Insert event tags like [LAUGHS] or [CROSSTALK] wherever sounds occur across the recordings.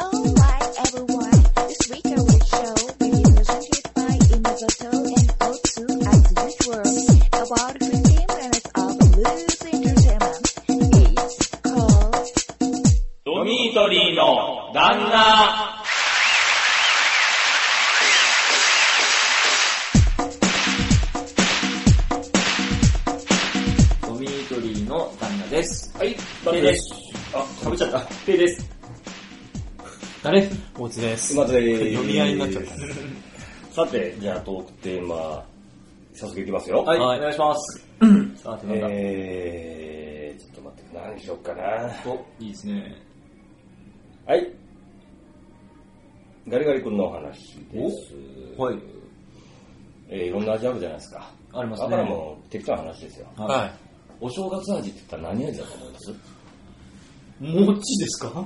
Oh my everyone, this week I will show video presented by Imozoto and O2 as usual about 15 minutes of loose entertainment. It's called ドミートリーの旦那。ドミートリーの旦那です。はい、旦那です。あ、かぶっちゃった。ペイです。誰大津です。まずで読み合いになっちゃっさた。て、じゃあトークテーマ、早速いきますよ。はい、はいお願いします。さて、なんだ、えー、ちょっと待って、何にしよっかな。はお、いいですね。い。ガリガリ君のお話です。はい。えー、いろんな味あるじゃないですか。ありますだね。からもう、適当な話ですよ。ははお正月味って言ったら何味だと思いますい。餅ですか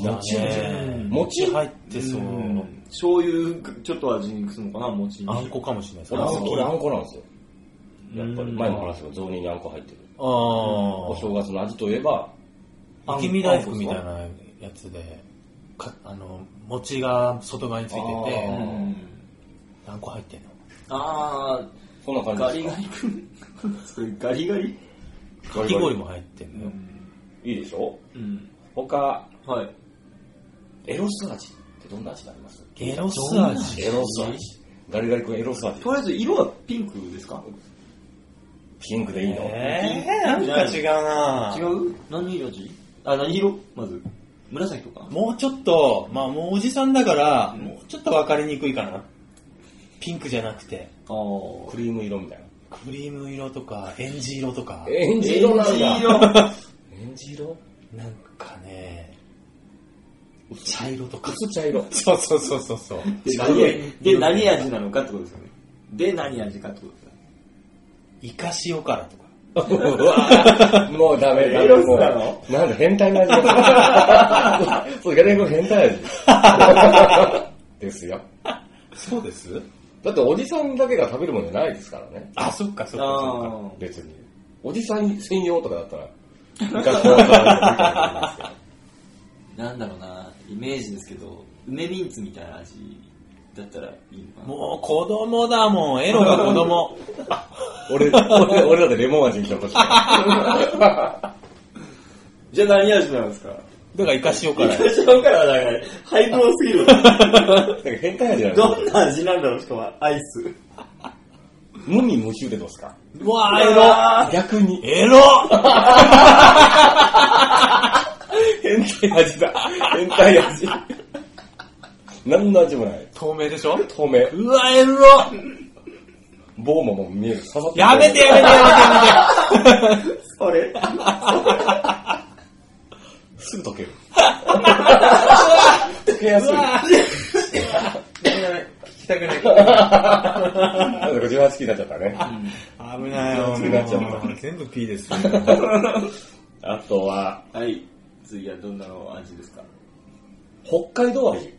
い。餅ね餅入ってそう。ん醤油、ちょっと味にくすのかな、餅に。あんこかもしれないです俺あんこ、俺ああんこなんですよ。やっぱり、うん前も話したけど、雑煮にあんこ入ってる。おあ正月の味といえば、ー。雪見大福みたいなやつで、かあの、餅が外側についてあて、うんあんこ入ってんの。あそんなー、感ガじリでガすリ君。 [LAUGHS] それガリガリかかき氷も入ってんのよ。いいでしょうん。他、はい。エロス味ってどんな味がありますゲロス味。エロス味。ガリガリ君エロス味。とりあえず色はピンクですかピンクでいいの、えー、なんか違うな違う何味あ、何色まず。紫とかもうちょっと、まあもうおじさんだから、もうちょっと分かりにくいかな。ピンクじゃなくて、あー。クリーム色みたいな。クリーム色とか、エンジ色とか、エンジ色なんだ。エンジ色なんかね、茶色とか。薄茶色。そうそうそうそうそう。で茶色い何で何味なのかってことですよね。で何味かってことですよね。イカ塩辛とか。うわもうダメダメ。エロスもうなのなんだ、変態な味がする。そう、ガリガリ君変態味。ですよ。そうですだっておじさんだけが食べるものじゃないですからね。あ、そっかそっかそっか。あー別に。おじさん専用とかだったら、昔のおじさんだけが食べるみたいなもんですけどなんだろうな、イメージですけど、梅ミンツみたいな味だったらいいのかな。もう子供だもん、エロが子 [LAUGHS] 供。俺、俺、俺だってレモン味みたいなことしかじゃあ何味なんですかだからイカ塩辛。私のからだから、ハイブロすぎるわ。ない。なんか変態味なんですどよんな味なんだろう、しかもアイス。無味無臭でどうですかうわー、エロ逆に。エロ変態味だ。変態味。何の味もない。透明でしょ透明。うわ、エロ棒ももう見える。刺さってるやめてやめてやめてやめてそれすぐ溶ける。溶けやすい。聞きたくない。なんか自分は好きになっちゃったね。危ないよ。熱くなっちゃったもう全部 P です。あとは、はい。次はどんなの味ですか北海道味。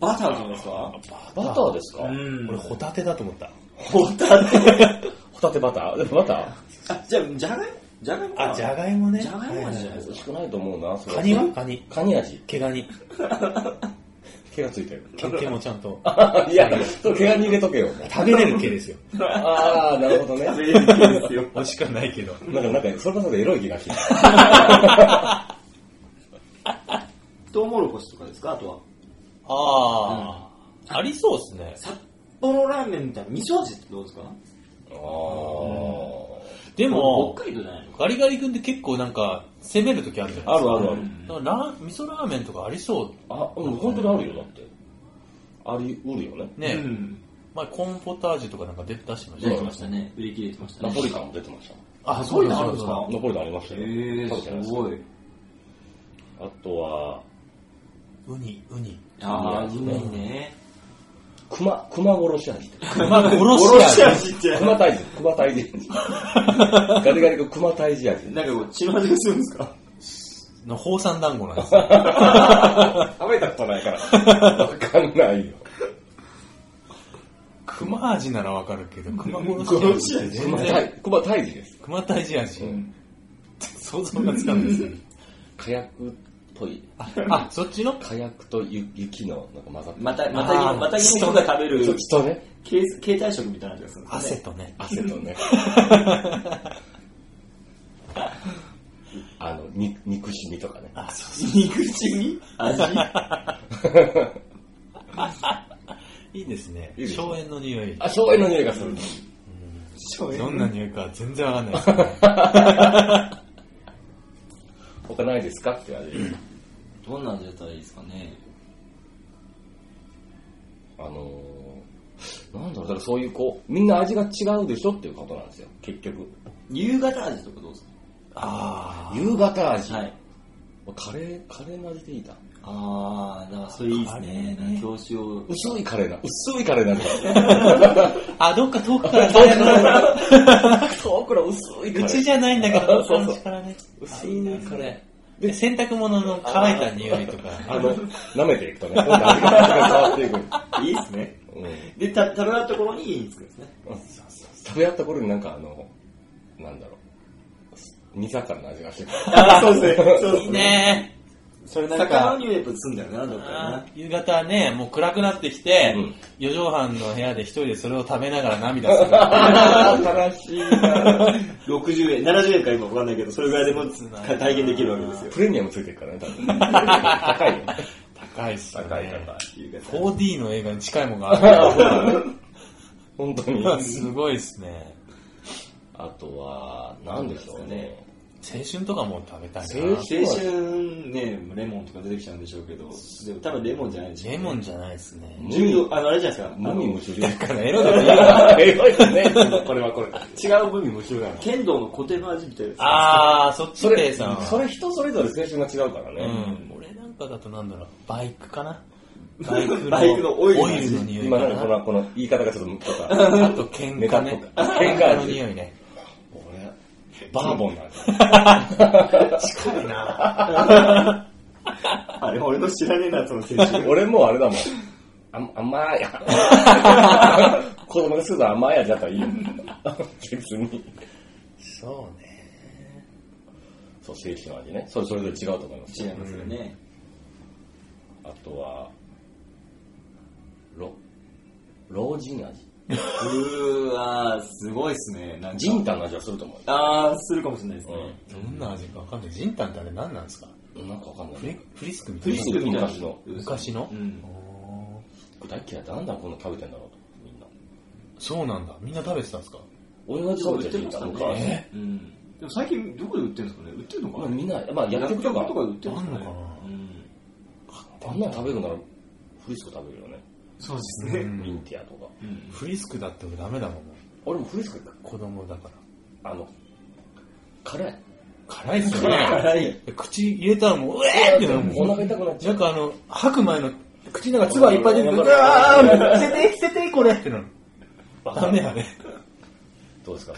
バターじゃないですかバターですかん俺、ホタテだと思った。ホタテ。ホタテバターでもバターあ、じゃあ、じゃがいもじゃがいもかあ、じゃがいもね。じゃがいも味じゃないです美味かしくないと思うな、それカニはカニ。カニ味。毛ガニ。毛がついてる。毛毛もちゃん [LAUGHS] と。 [LAUGHS] いや、そう毛ガニ入れとけよ。食べれる毛ですよ。ああ、なるほどね。食べれる系ですよ。美味しくはないけど。なんか、なんか、それこそエロい気がしてトウモロコシとかですかあとは。ああ、ありそうですね。札幌ラーメンみたいな味噌味ってどうですかあーでも、北海道じゃないのか。ガリガリ君って結構なんか、攻める時あるじゃないあでするか。あるある。だからラー味噌ラーメンとかありそあ、うん、本当にあるよ、だって。ありうるよね。う。ね、うん。前コーンポタージュとかなんか出出してました出よてましたね。売り切れてましたナね。ポリタンも出てました。あ、そういうのだあるんですかナポリタンありましたへよ。え食べてないでー、すすかごい。あとは、ウニ、ウニ。あー、ううままいいね。熊、熊殺し味って。まあ、おろおろしし味。味って。熊退 [LAUGHS] 治、熊退治味。ガリガリ君熊退治 [LAUGHS] 味。なんかこう、血の味がするんですかの、宝山団子なんですよ。食べたことないから。わかんないよ。熊味ならわかるけど、熊熊殺殺しし味って味全熊然。退熊退治です。熊退治味、うん想像がつかんですよね火薬ぽい。あ、そっちの火薬とゆ雪のなんか混ざってるまた、まあたーぎ、またぎの人が食べそるう、人ね。形形態食みたいな味がするんです汗よね。とね。汗とね。 [LAUGHS] あの、に憎しみとかね。あ、そう肉汁に味いいですね。いいでしょ荘園の匂い。あ、醤油の匂いがする。どんな匂いか全然わかんないですね。他ないですかって言われる。どんな味だったらいいですかね。あのー、なんだろう、だからそういうこう、みんな味が違うでしょっていうことなんですよ、結局。夕方味とかどうですあ夕方味。かはい。カレー、カレーの味でいいだ。あー、だからそれいいですね。なんか教師を。薄いカレーな、薄いカレーなんだ [LAUGHS] あ。あ、どっか遠くから遠ねくの、遠くの薄いカレー。うちじゃないんだけど、そうそう産地からね。薄いカレで洗濯物の乾いた匂いとか。ー。あの、舐めていくとね、どんどん味が変わっていく。いいですね。うん [LAUGHS] で、た、たらところにいいんですね。食べ合った頃になんかあの、なんだろう、煮魚の味がしてくる。あそうですね。そうでいいすね。ねそれなん魚のか、匂いやっぱ包んだよな、どっかあー夕方ね、もう暗くなってきてうん、四畳半の部屋で一人でそれを食べながら涙する。新しいなにな。60円、70円か今わかんないけど、それぐらいでもそうですね体験できるわけですよ。プレミアムついてるからね、多分。高いよ。高いっすね。夕方 4D の映画に近いもんがあ本当に。る。すごいっすね。あとは、なんでしょうね。青春とかも食べたい青な春。青春ね、レモンとか出てきちゃうんでしょうけど、でも多分レモンじゃないでしょうレね。モンじゃないっすね。ン柔道、あの、あれじゃないですか。あ無の味無臭で。だからエロでもいいよエロいよね。これはこれ。違う無味無臭だよ。剣道の固定の味みたいです。あー、そっちそでれ、さんは。それ人それぞれ青春が違うからうね。ん。俺なんかだとなんだろう、バイク [LAUGHS] かなバイクのバイクのオイルの味の匂い今なんかかこな。の、この言い方がちょっと、とか、あと喧嘩ねネ。タとか喧嘩の匂いね。バーボンなんですよ近いなあれ、俺の知らねえな、その選 [LAUGHS] 手。 [LAUGHS] 俺もうあれだもん。あ甘いや。 [LAUGHS] 子供がすぐ甘い味だったらいいよ。 [LAUGHS] 別に。そうね。そう、青春の味ね。それそれぞれ違うと思います違よ。いますよね。あとは、ろ、老人味。うーわー、すごいっすね。なんか。ジンタンの味はすると思あー、するかもしれないですう。ね。どんな味かわかんない。ジンタンってあれ何なんですかうん。なんかわかんないフリフリスクみたフいリなス。ク昔の。昔のうん。お僕大嫌いだ。なんだこんなの食べてんだろうと。みんな。ーそうなんだ。みんな食べてたんですか俺がそ食う売べっててるジまンしタたン昔。ね。うん。でも最近、どこで売ってるんですかね売ってるのまあかなみんな、まあ薬局とか薬、で売ってるあんんでのすかかなね。うん。あんなの食べるならフリスク食べるよね。そうですうね。んミンティアとか。うん。フリスクだって俺ダメだもん。もう俺もフリスク、子供だから。あの、辛い。辛いっす [LAUGHS] よね。辛い。口入れたらもう、うえーってなるもおん。腹痛くなっちゃな。うんかあの、吐く前の、口の中唾いっぱい出てくる。うわーみたいな捨てて、捨てて、これってなる。ダメだね。どうですか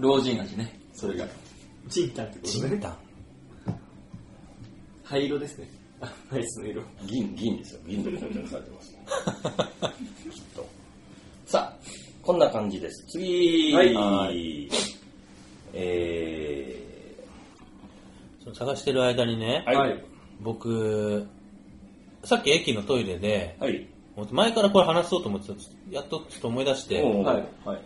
老人味ね。 [LAUGHS] それが。ジンタンってこジとンね。タン。灰色ですね。あ、アイスの色。銀、銀ですよ。銀でコンテンされて [LAUGHS] ます、ね。きっと。さあ、こんな感じです。次、はいえその探してる間にね、ー、はい僕、さっき駅のトイレで、はい。前からこれ話そうと思ってたんですやっとちょっと思い出して、おうはい。はい。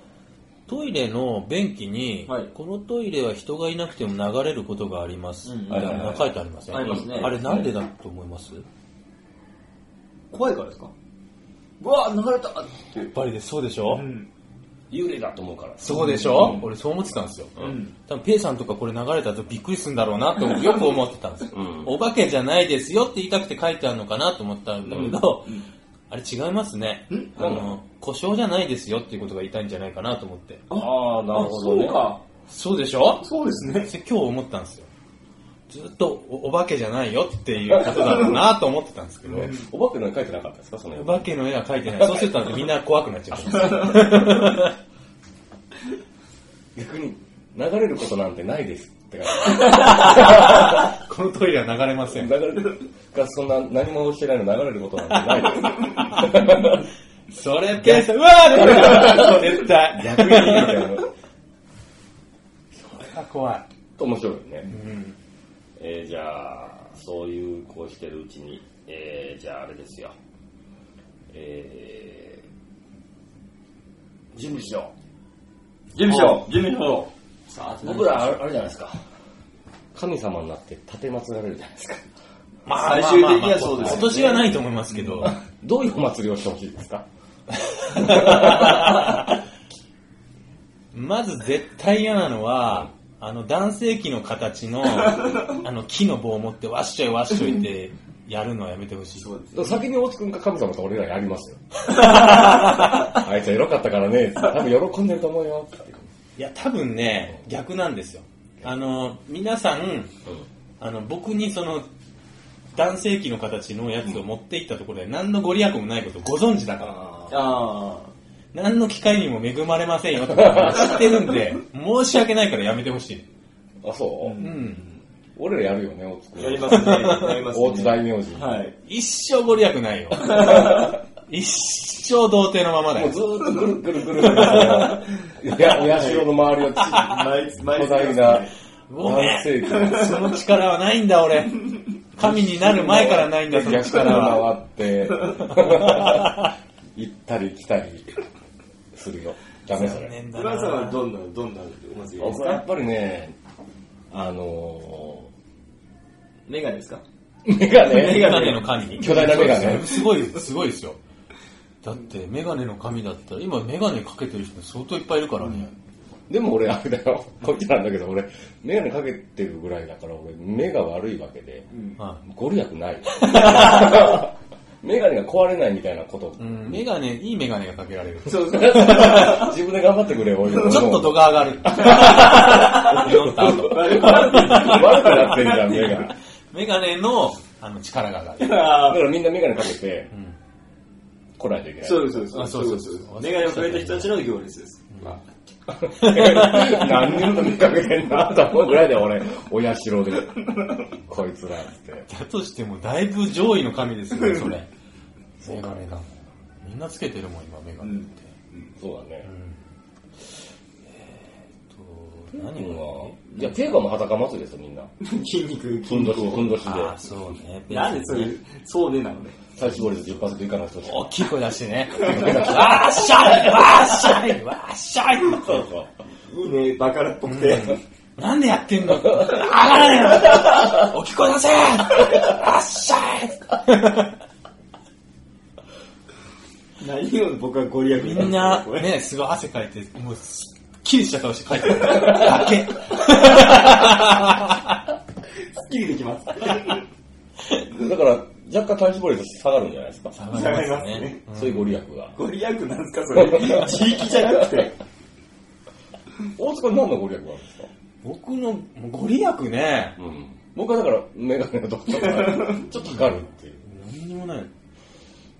トイレの便器に、はいこのトイレは人がいなくても流れることがあります。うんうんみたいなのが書いてありません、ありますねあれなんでだと思いますや怖いからですかうわー、流れたってっ。ぱりでそうでしょ、ん。幽霊だと思うから。そうでしょ、俺そう思ってたんですよ。ん多分ペイさんとかこれ流れたとびっくりするんだろうなとよく思ってたんですよ、うんお化けじゃないですよって言いたくて書いてあるのかなと思ったんだけど、あれ違いますね。あの、故障じゃないですよっていうことが言いたいんじゃないかなと思って。ああ、なるあ、ほそどね。うか。そうでしょそうですそ。れ今日思ったんですよ。ずっとおお化けじゃないよっていうことだろうなと思ってたんですけど、お化けの絵描いてなかったですかその絵お化けの絵は描いてない。そうするとみんな怖くなっちゃう。逆に、流れることなんてないですって感このトイレは流れませじ。流ん。れ [LAUGHS] るがそんな何もしてないの流れることなんてないです。 [LAUGHS] それ、ペ [LAUGHS] イさん、うわーって絶 [LAUGHS] 対。逆にみたいな。 [LAUGHS] 怖い。と面白いよね。うん。えーじゃあ、そういうこうしてるうちに、えーじゃああれですよ。えー準備しよう。準備しよう準備しよさあ、う僕らあれあれじゃないですか。神様になって立て祀られるじゃないですか。まあ、最終的にはそうですよね今年はないと思いますけど、どういうお祭りをしてほしいですかまず絶対嫌なのは、あの男性器の形 [LAUGHS] の、あの木の棒を持ってわっしょいわっしょいってやるのはやめてほしい。そうです。先に大津くんか神様と俺らやり [LAUGHS] ますよ。あいつはエロかったからね、多分喜んでると思うよ。いや、多分ね、逆なんですよ。あの、皆さん、あの、僕にその、男性器の形のやつを持っていったところで何のご利益もないことをご存知だから、あ何の機会にも恵まれませんよとか知ってるんで、申し訳ないからやめてほしい。あ、そう、うん。俺らやるよね、大津くあ、ん。やります [LAUGHS] ね。やりますね。大津大名人。はい。一生ご利益な [LAUGHS] いよ。一生童貞のままだもよう。ずーっとぐるぐる [LAUGHS] ぐるぐる。いや、お社の周りをち、毎月巨大なごめ男性器ん。その力はないんだ俺。神になる前からないんだ、その逆か力は。ら回っ [LAUGHS] て、行ったり来たりするよ。ダメそ残れ。念だ村な井さんはどんな、どんなお祭りです僕はやかっぱりね、あのメガネですか [LAUGHS] ー、メガネ。メガネの神巨大なメガネ。すごい、すごいですよ。だって、メガネの神だったら、今メガネかけてる人相当いっぱいいるからね。でも俺、あれだよ。こいつなんだけど、俺、メガネかけてるぐらいだから、俺、目が悪いわけで、はご利益 [LAUGHS] ない。メガネが壊れないみたいなことい。うん、メガネ、いいメガネがかけられ [LAUGHS] [LAUGHS] る。ちょそうそう。自分で頑張ってくれよ、ちょっと度が上がる。乗った後 [LAUGHS] 悪くなってるじゃん、目が。メガネの、あの、力が上がる。だあからみんなメガネかけてん、来ないといけーない。そうです、そうです。あそうそうそうですメガネをくれた人たちの行列です。ま [LAUGHS] 何人も見かけてんなと思うぐらいで俺、親代で、こいつらっつって。だとしても、だいぶ上位の神ですよね、そ [LAUGHS] れ。メガネだもん。みんなつけてるもん、今、メガネって。そうだねう。ん。えーっと、何何がをいや、ていうかもう裸祭りですよ、みんな。あ筋肉、ふ筋んど肉し、ふんどしで。ああ、そうね。 [LAUGHS] なんでそれ、そうねなのね。体脂肪率10%以下の人大きい声出してね。わっしゃいわっしゃいわっしゃいそうそう。いいね、バカラっぽくて。なんでやってんの上がらねえよ大きい声出せわっしゃい何を僕はご利益みにんな、これね、すごい汗かいて、もうすっきりした顔して帰ってる。だ [LAUGHS] け。すっきりでき [LAUGHS] ます。だから、若干体脂肪率下がるんじゃないですか。下下がりますね。そういうご利益が。ご利益なんですか、それ。地域じゃなくて。大塚何のご利益があるんですか僕のご利益ね、うん。僕はだから、メガネのどっちかがちょっとかかるっていう。何にもない。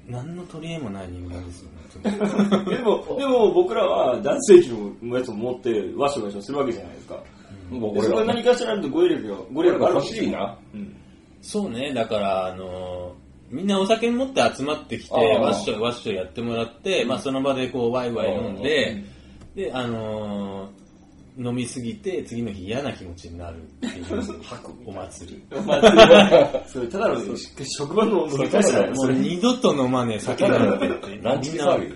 何の取り柄もない人間ですよ、本当にでも、でも僕らは男性器のやつを持って、わしょわしょするわけじゃないですか。もうでそ俺れはら、何かしらのご利益が、ご利俺益らがあがるわ欲けですしいな。うん。そうね、だから、あのーみんなお酒持って集まってきて、あーわっしょいわっしょいやってもらって、まあその場でこうワイワイ飲んで、で、あのー飲みすぎて次の日嫌な気持ちになるって [LAUGHS] いうお祭り。まあそれはそれただのし職場の飲み会じゃないもそうれ。二度と飲まねえ酒なんてって。 [LAUGHS] ランチみんでな [LAUGHS] 騒ぎ。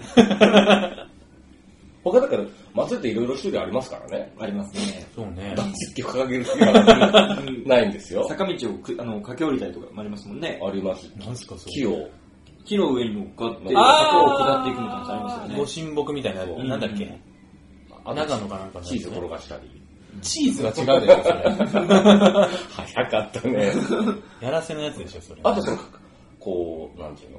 他だから、祭っていろいろ種類ありますからね。ありますね。そうね。実況掲げる時はないんです [LAUGHS] よ。坂道をくあの駆け下りたりとかもありますもんね。あります。何すかそ木れ。を。木の上に乗っかって、坂を下あーっていくみたいなのありますよごね。神木みたいなやつ。そうなんだっけ、あ長野かなんかのやつチねーズ転がしたり。チーズは違うでしょ、それ。早かったね。やらせのやつでしょ、それ。あとその、こう、なんていうの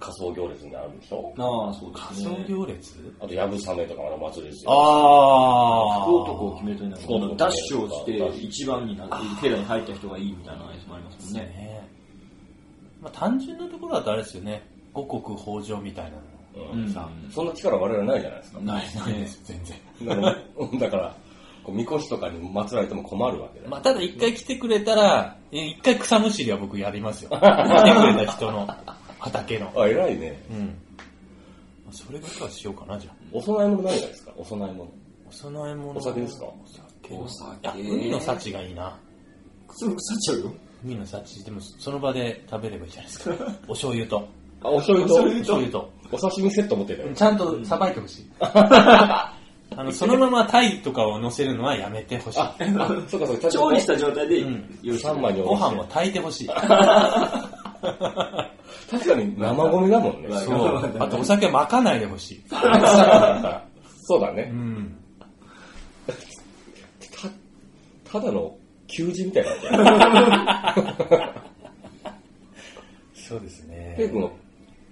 仮想行列にあるでしょああ、そうです商ね。行列あと、やぶさめとかまだ祭りですよ。ああ。福男を決めるとに福男を決めるダッシュをして、一番になって、手に入った人がいいみたいな話もありますもんね。ね。まあ単純なところだとあれですよね。五穀豊穣みたいなの。ううんん。そんな力我々ないじゃないですか。ないないです。全然。だから、 [LAUGHS] だからこう、みこしとかに祭られても困るわけだよまあただ一回来てくれたら、え一回草むしりは僕やり [LAUGHS] ますよ。来てくれた人の畑の。あ、偉いね。うん。まあそれぐらいはしようかな、じゃあ。お供え物ないじゃないですか。お供え物。お供え物。お酒ですかお酒けどさいや、海の幸がいいな。それ腐っちゃうよ海の幸、でもその場で食べればいいじゃないです [LAUGHS] か。お醤油と。あ、お醤油おと、醤油と。お刺身セット持ってたよ。ちゃんとさばいてほしい。 [LAUGHS] あの、そのままタイとかを乗せるのはやめてほしい。あ、あそうかそうか。調理した状態でん用意して三枚にご飯は炊いてほしい。確かに生ゴミだもんね。そわかうる。あとお酒はまかないでほしい。 [LAUGHS] そうだうね。ん。た、ただの求人みたいになってそうですねる。ペイ君の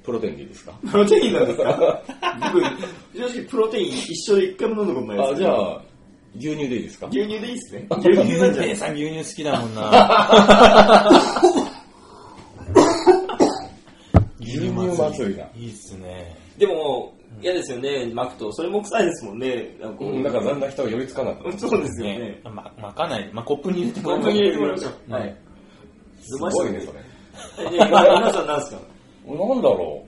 プロテインでいいですかプロテインなんです [LAUGHS] か僕、正直プロテイン一生で一回も飲んだことないですあ、じゃあ、牛乳でいいですか牛乳でいいっすね。 [LAUGHS] 牛乳なんじゃないペイさん牛乳好きだもん [LAUGHS] な。牛乳祭りだ。いいっすね。でも、嫌ですよね、巻くと。それも臭いですもんね。なんか、うん、なんかだんだん人が寄りつかなくなる [LAUGHS] そうですよね。ま、まかないで。ま、コップに入れてもコらうンビニ入れてもらいましょう。はい。すごいね、それ。え皆さん何すかなんだろ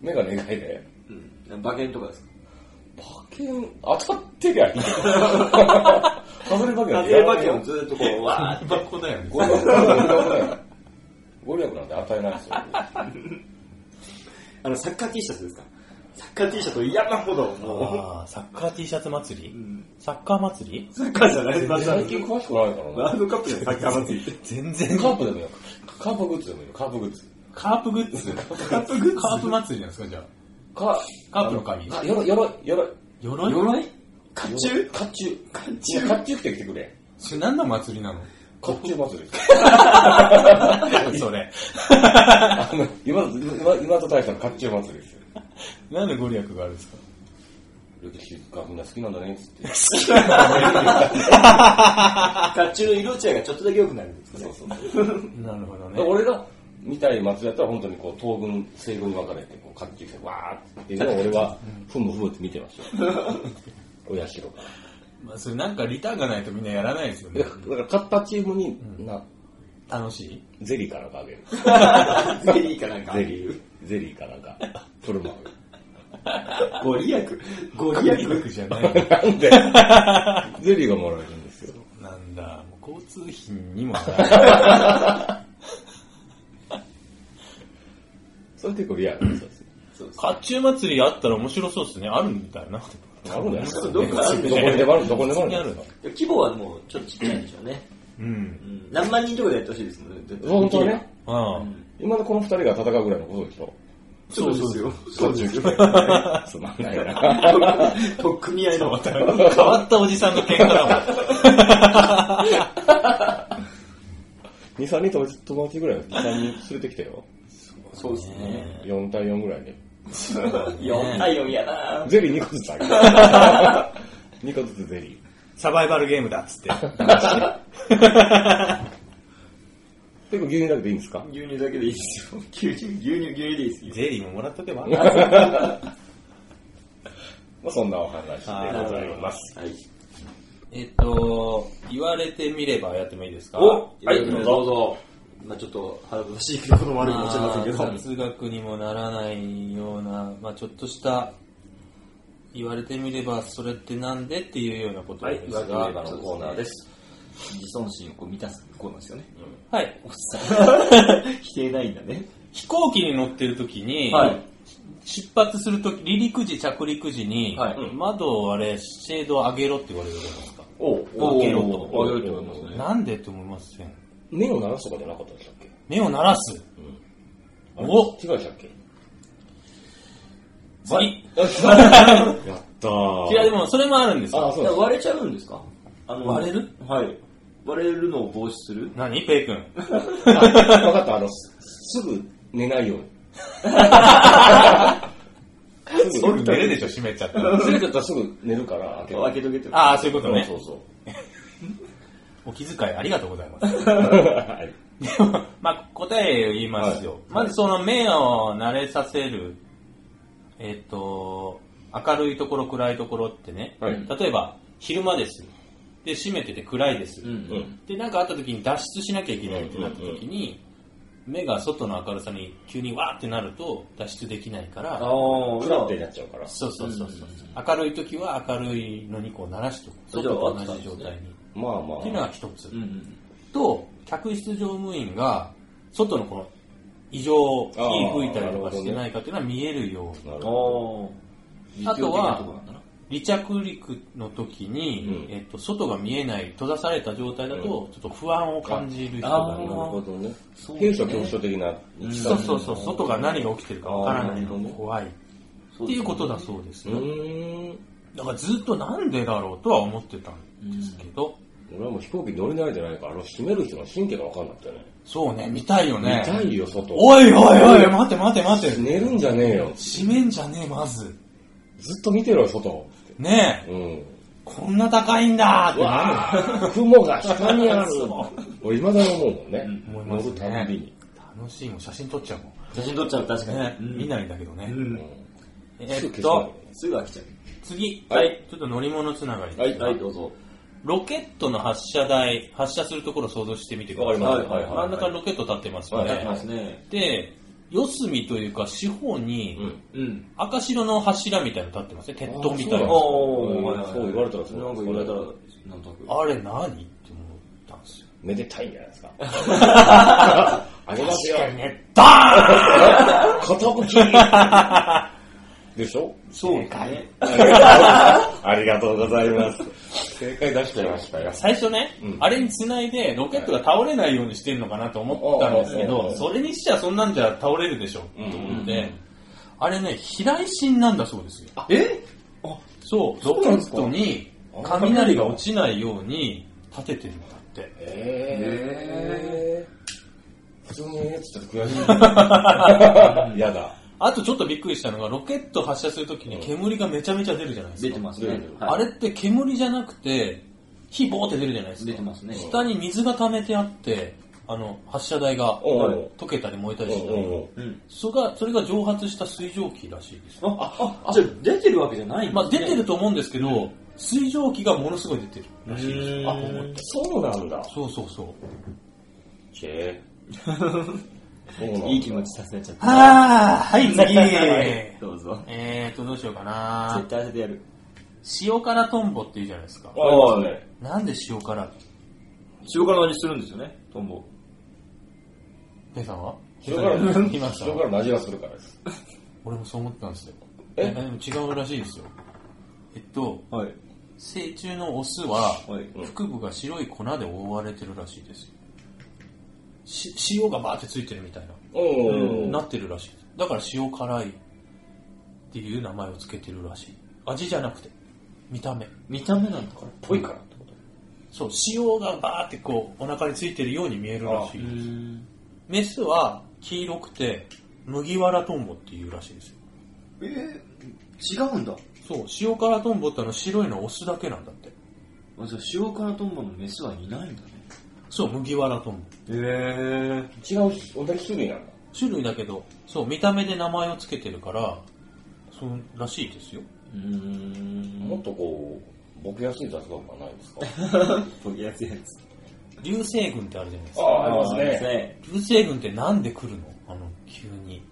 う。目が願いで。うん。馬券とかですか馬券、当たってりゃいいけど。外れ馬券家庭馬券をずっとこう、わーって。箱だよね。ゴリラゴリラなんて与えないですよ。あの、サッカー T シャツですかサッカー T シャツ山ほど、もあーサッカー T シャツ祭ううりん。サッカー祭りサッカーじゃないまさ最に近詳しくないからワーな。ルドカップじゃサッカー祭り。全然。カープでもよ。カープグッズでもいいよ、カープグッズ。カープグッズカープグッズカープ祭りなんですか、じゃあ。カカープの神あよろ、よろ、よろ。鎧鎧甲冑甲冑。甲いや冑甲冑着てきてくれ。それ何の祭りなの甲冑祭り。それ。あの、今と、今今と大したの甲冑祭りですよ。なんでご利益があるんですか歴史がみんな好きなんだね、つって。 [LAUGHS] 甲冑の色違いがちょっとだけ良くなるんですかね。そうそう。なるほどでね。俺が見たい祭りだったら本当にこう東軍西軍に分かれてこう買ってきてわーって [LAUGHS] いうのを俺はふむふむって見てましたよ親代からまあ、それなんかリターンがないとみんなやらないですよねだ。からだから勝ったチームにな、楽しいゼリーかなんかあげるゼリーかなんか。ゼリーゼリーかなんか [LAUGHS] プルマンご利益。ご利益。力じゃない。なん [LAUGHS] でゼリーがもらえるんですよなんだ、もう交通費にもな [LAUGHS] らない。それ結構リアルなやつですよそうです甲冑祭りあったら面白そうですね。あるみたいな。あるんじゃないですかどっかあるんでどこにしょうねでもあるどこにでもあ普通るんじゃにあないるですか規模はもうちょっとちっちゃいんでしょうね。うん。うん何万人とかでやってほしいですもんね。絶対本当ね。ああ今のこの二人が戦うぐらいのことでしょそうですよ。甲冑着てつまんないな [LAUGHS] [LAUGHS] とっ組み合いの。変わったおじさんの喧嘩だもん。 23人友達ぐらいの3人連れてきたよそうですね。 4対4ぐらいで [LAUGHS] 4対4やなゼリー2個ずつあげる。2個ずつゼリサバイバルゲームだっつって。ー。結構牛乳だけでいいんですか牛乳だけでいいですよ。牛乳、牛乳、牛乳でいいですよ。ゼリーももらっとけば。まあそんなお話でございます。はい。えっと、言われてみればやってもいいですかおはい、どうぞ。まあちょっと腹立たしいけど、この悪いかもしれませんけまあど。雑学にもならないような、まあちょっとした、言われてみればそれってなんでっていうようなことはい、ですザが、ワキメーバのコーナーです。自尊心をこう満たすこうなんですよね。はい。否定ないんだね。飛行機に乗ってる時に、はい出発する時、離陸時、着陸時に、はいうん窓をあれ、シェードを上げろって言われるじゃないですか。おうおう開けろおう開けろと思いますね。なんでって思いません。目を鳴らすとかじゃなかったでしたっけ目を鳴らす。あれお違うでしたっけや次。ったーいや、でもそれもあるんですあ、よ。そうです。割れちゃうんですかあの割れるはい。割れるのを防止する何ペイ [LAUGHS] 君。あわかった、あの、すすぐ寝ないように。すぐ、寝るでしょ、閉めちゃったら。ずれちゃったらすぐ寝るから開けろ開。けとけって。ああ、そういうことねそ。うそうお気遣いありがとうございます。そう。はいまあ、答えを言いますよ。はいまずその目を慣れさせる、えっ、と、明るいところ、暗いところってね、はい例えば昼間です。で、閉めてて暗いです。うん。うんで、なんかあった時に脱出しなきゃいけないってなった時に、目が外の明るさに急にわーってなると脱出できないから、ああ、クラってなっちゃうから。そうそうそうそう、明るい時は明るいのにこう鳴らしておくじゃあ外と同じ状態に、まあまあ。っていうのが一つ、うんうん。と客室乗務員が外のこの異常火吹いたりとかしてないかっていうのは見えるようになるあほあ。あ実用とは的なこなんだな離着陸の時に、うんえっと、外が見えない閉ざされた状態だと、ちょっと不安を感じる人ど。がないるるほどね。そうね閉所恐怖症的な生きそう方。そうそう外が何が起きてるかわからないあーとなるほどね怖いっていうことだそうですうねーん。だからずっとなんでだろうとは思ってたんですけど、俺はもう飛行機乗れないじゃないから、あの、閉める人の神経が分かんなくてね。そうね見たいよね痛いよ、外。おいおいおい待て待て待て寝るんじゃねえよ。閉めんじゃねえまずずっと見てろよ、外。ねえうん。こんな高いんだってなるわあ、雲が光にある。俺、未だに思うもんね。思い乗まするねたんびに。楽しいもん写真撮っちゃうもん写真撮っちゃう、確かに。ね、うん見ないんだけどね、うんえすっぐ消とすぐ飽きちゃう。次、はいちょっと乗り物つながり、すはい、はい、どうぞ。ロケットの発射台発射するところを想像してみてくださいわかりましたはいはいはい真ん中にロケット立ってますよね、はいいますね。で四隅というか四方にうん。うん。赤白の柱みたいなの立ってますね鉄塔みたいなああそうーなんだそう言われたらそうなんか言われたら、なんとなく。れ何って思ったんですよめでたいんじゃないです [LAUGHS] か。あげますよ。ねダーン [LAUGHS] でしょそうね。ありがとうございます。正解出しちゃいましたよ。最初ね、うんあれにつないでロケットが倒れないようにしてんのかなと思ったんですけうんどそれにしちゃそんなんじゃ倒れるでしょと思って、あれね避雷針なんだそうですよえそう、ロケットに雷が落ちないように立ててるんだって。えー。普通のやつちょっと悔 [LAUGHS] しい。やだ。あとちょっとびっくりしたのが、ロケット発射するときに煙がめちゃめちゃ出るじゃないです出か。てますね。あれって煙じゃなくて、火ボーって出るじゃないですか。出てますね下に水が溜めてあって、あの、発射台がおうおう溶けたり燃えたうりしてたんうりん。うん。それが、それが蒸発した水蒸気らしいです。あ、あ、あ、じゃあ出てるわけじゃないんまですあね出てると思うんですけど、水蒸気がものすごい出てるらしいです。うーんあ、思って。そうなんだ。そうそうそう。へぇ [LAUGHS] いい気持ちさせちゃった。あー、はい、次。どうぞ。 [LAUGHS] えーと、どうしようかな絶。対当ててやる。塩辛トンボっていうじゃないですか。ああね。なんで塩辛塩辛の味するんですよね、トンボ。ペイさんは塩 [LAUGHS] [LAUGHS] 辛、いました塩辛の味がするからです。俺もそう思ったんですよ。ええ、でも違うらしいですよ。えっと、はい。成虫のオスは、はい。腹部が白い粉で覆われてるらしいですよ。し塩がバーってついてるみたいな。おお。なってるらしいです。だから塩辛いっていう名前をつけてるらしい。味じゃなくて、見た目。見た目なんだから。ぽいからってことそう、塩がバーってこう、お腹についてるように見えるらしいです。ん。メスは黄色くて、麦わらトンボっていうらしいですよ。え違うんだ。あそう、塩辛トンボってあの白いのはオスだけなんだって。じゃあ塩辛トンボのメスはいないんだね。そう、麦わらトンえボ。ー。違う、同じ種類なんだ。種類だけど、そう、見た目で名前をつけてるから、そうらしいですよ。うーん。もっとこう、ボケやすい雑談がないですかとやつやつ。流星群ってあるじゃないですあか。 [LAUGHS] あ、ありますね。ね。流星群ってなんで来るのあの、急に。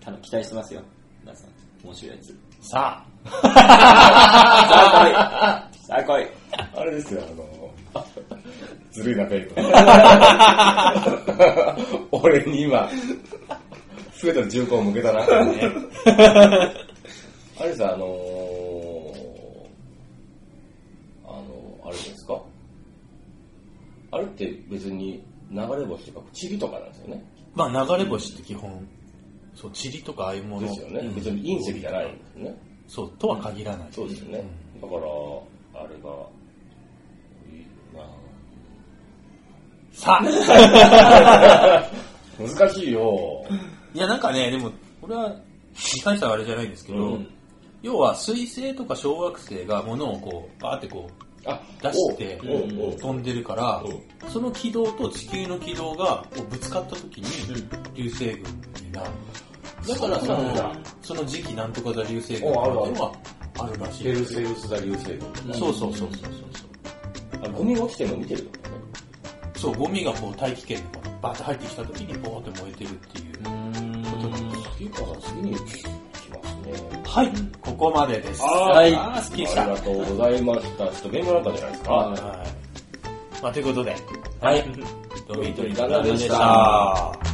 多分期待してますよ。皆さん。面白いやつ。さ [LAUGHS] さあ来い。さあ来い。あれですよ、 [LAUGHS] あの、ずるいな、ペイト。 [LAUGHS] 俺に今、すべての銃口を向けたな。 [LAUGHS] あれさ、あのーあの、あれですかあれって別に流れ星とか、塵とかなんですよね。あ、まあ流れ星って基本、そう、塵とかああいうもの。ですよね。別に隕石じゃないんですよね。そう、とは限らない。そうですよね。だから、あれが、いいなさあ [LAUGHS] 難しいよ。いや、なんかね、でも、これは、大したあれじゃないんですけど、うん要は、水星とか小惑星が物をこう、バーってこう、あ、出しておうおうおう飛んでるから、その軌道と地球の軌道がこうぶつかった時に、流星群になる。だからそそうなんだの、その時期なんとか座流星群っていうのはあるらしい。セウス座流星群。そうそうそうそうそう。あゴミが落ちてるの見てるとかね。そう、ゴミがこう大気圏にバーッて入ってきた時にボーって燃えてるっていうことなんです。スキーカーさん次に行きますね。はい、ここまでです。はいあー、すっきりしありた。がとうございました。ちょっと勉強になったんじゃないですか。はい。まあ、ということで、はい。ドミトドミトリーリー旦旦那那ででししたた。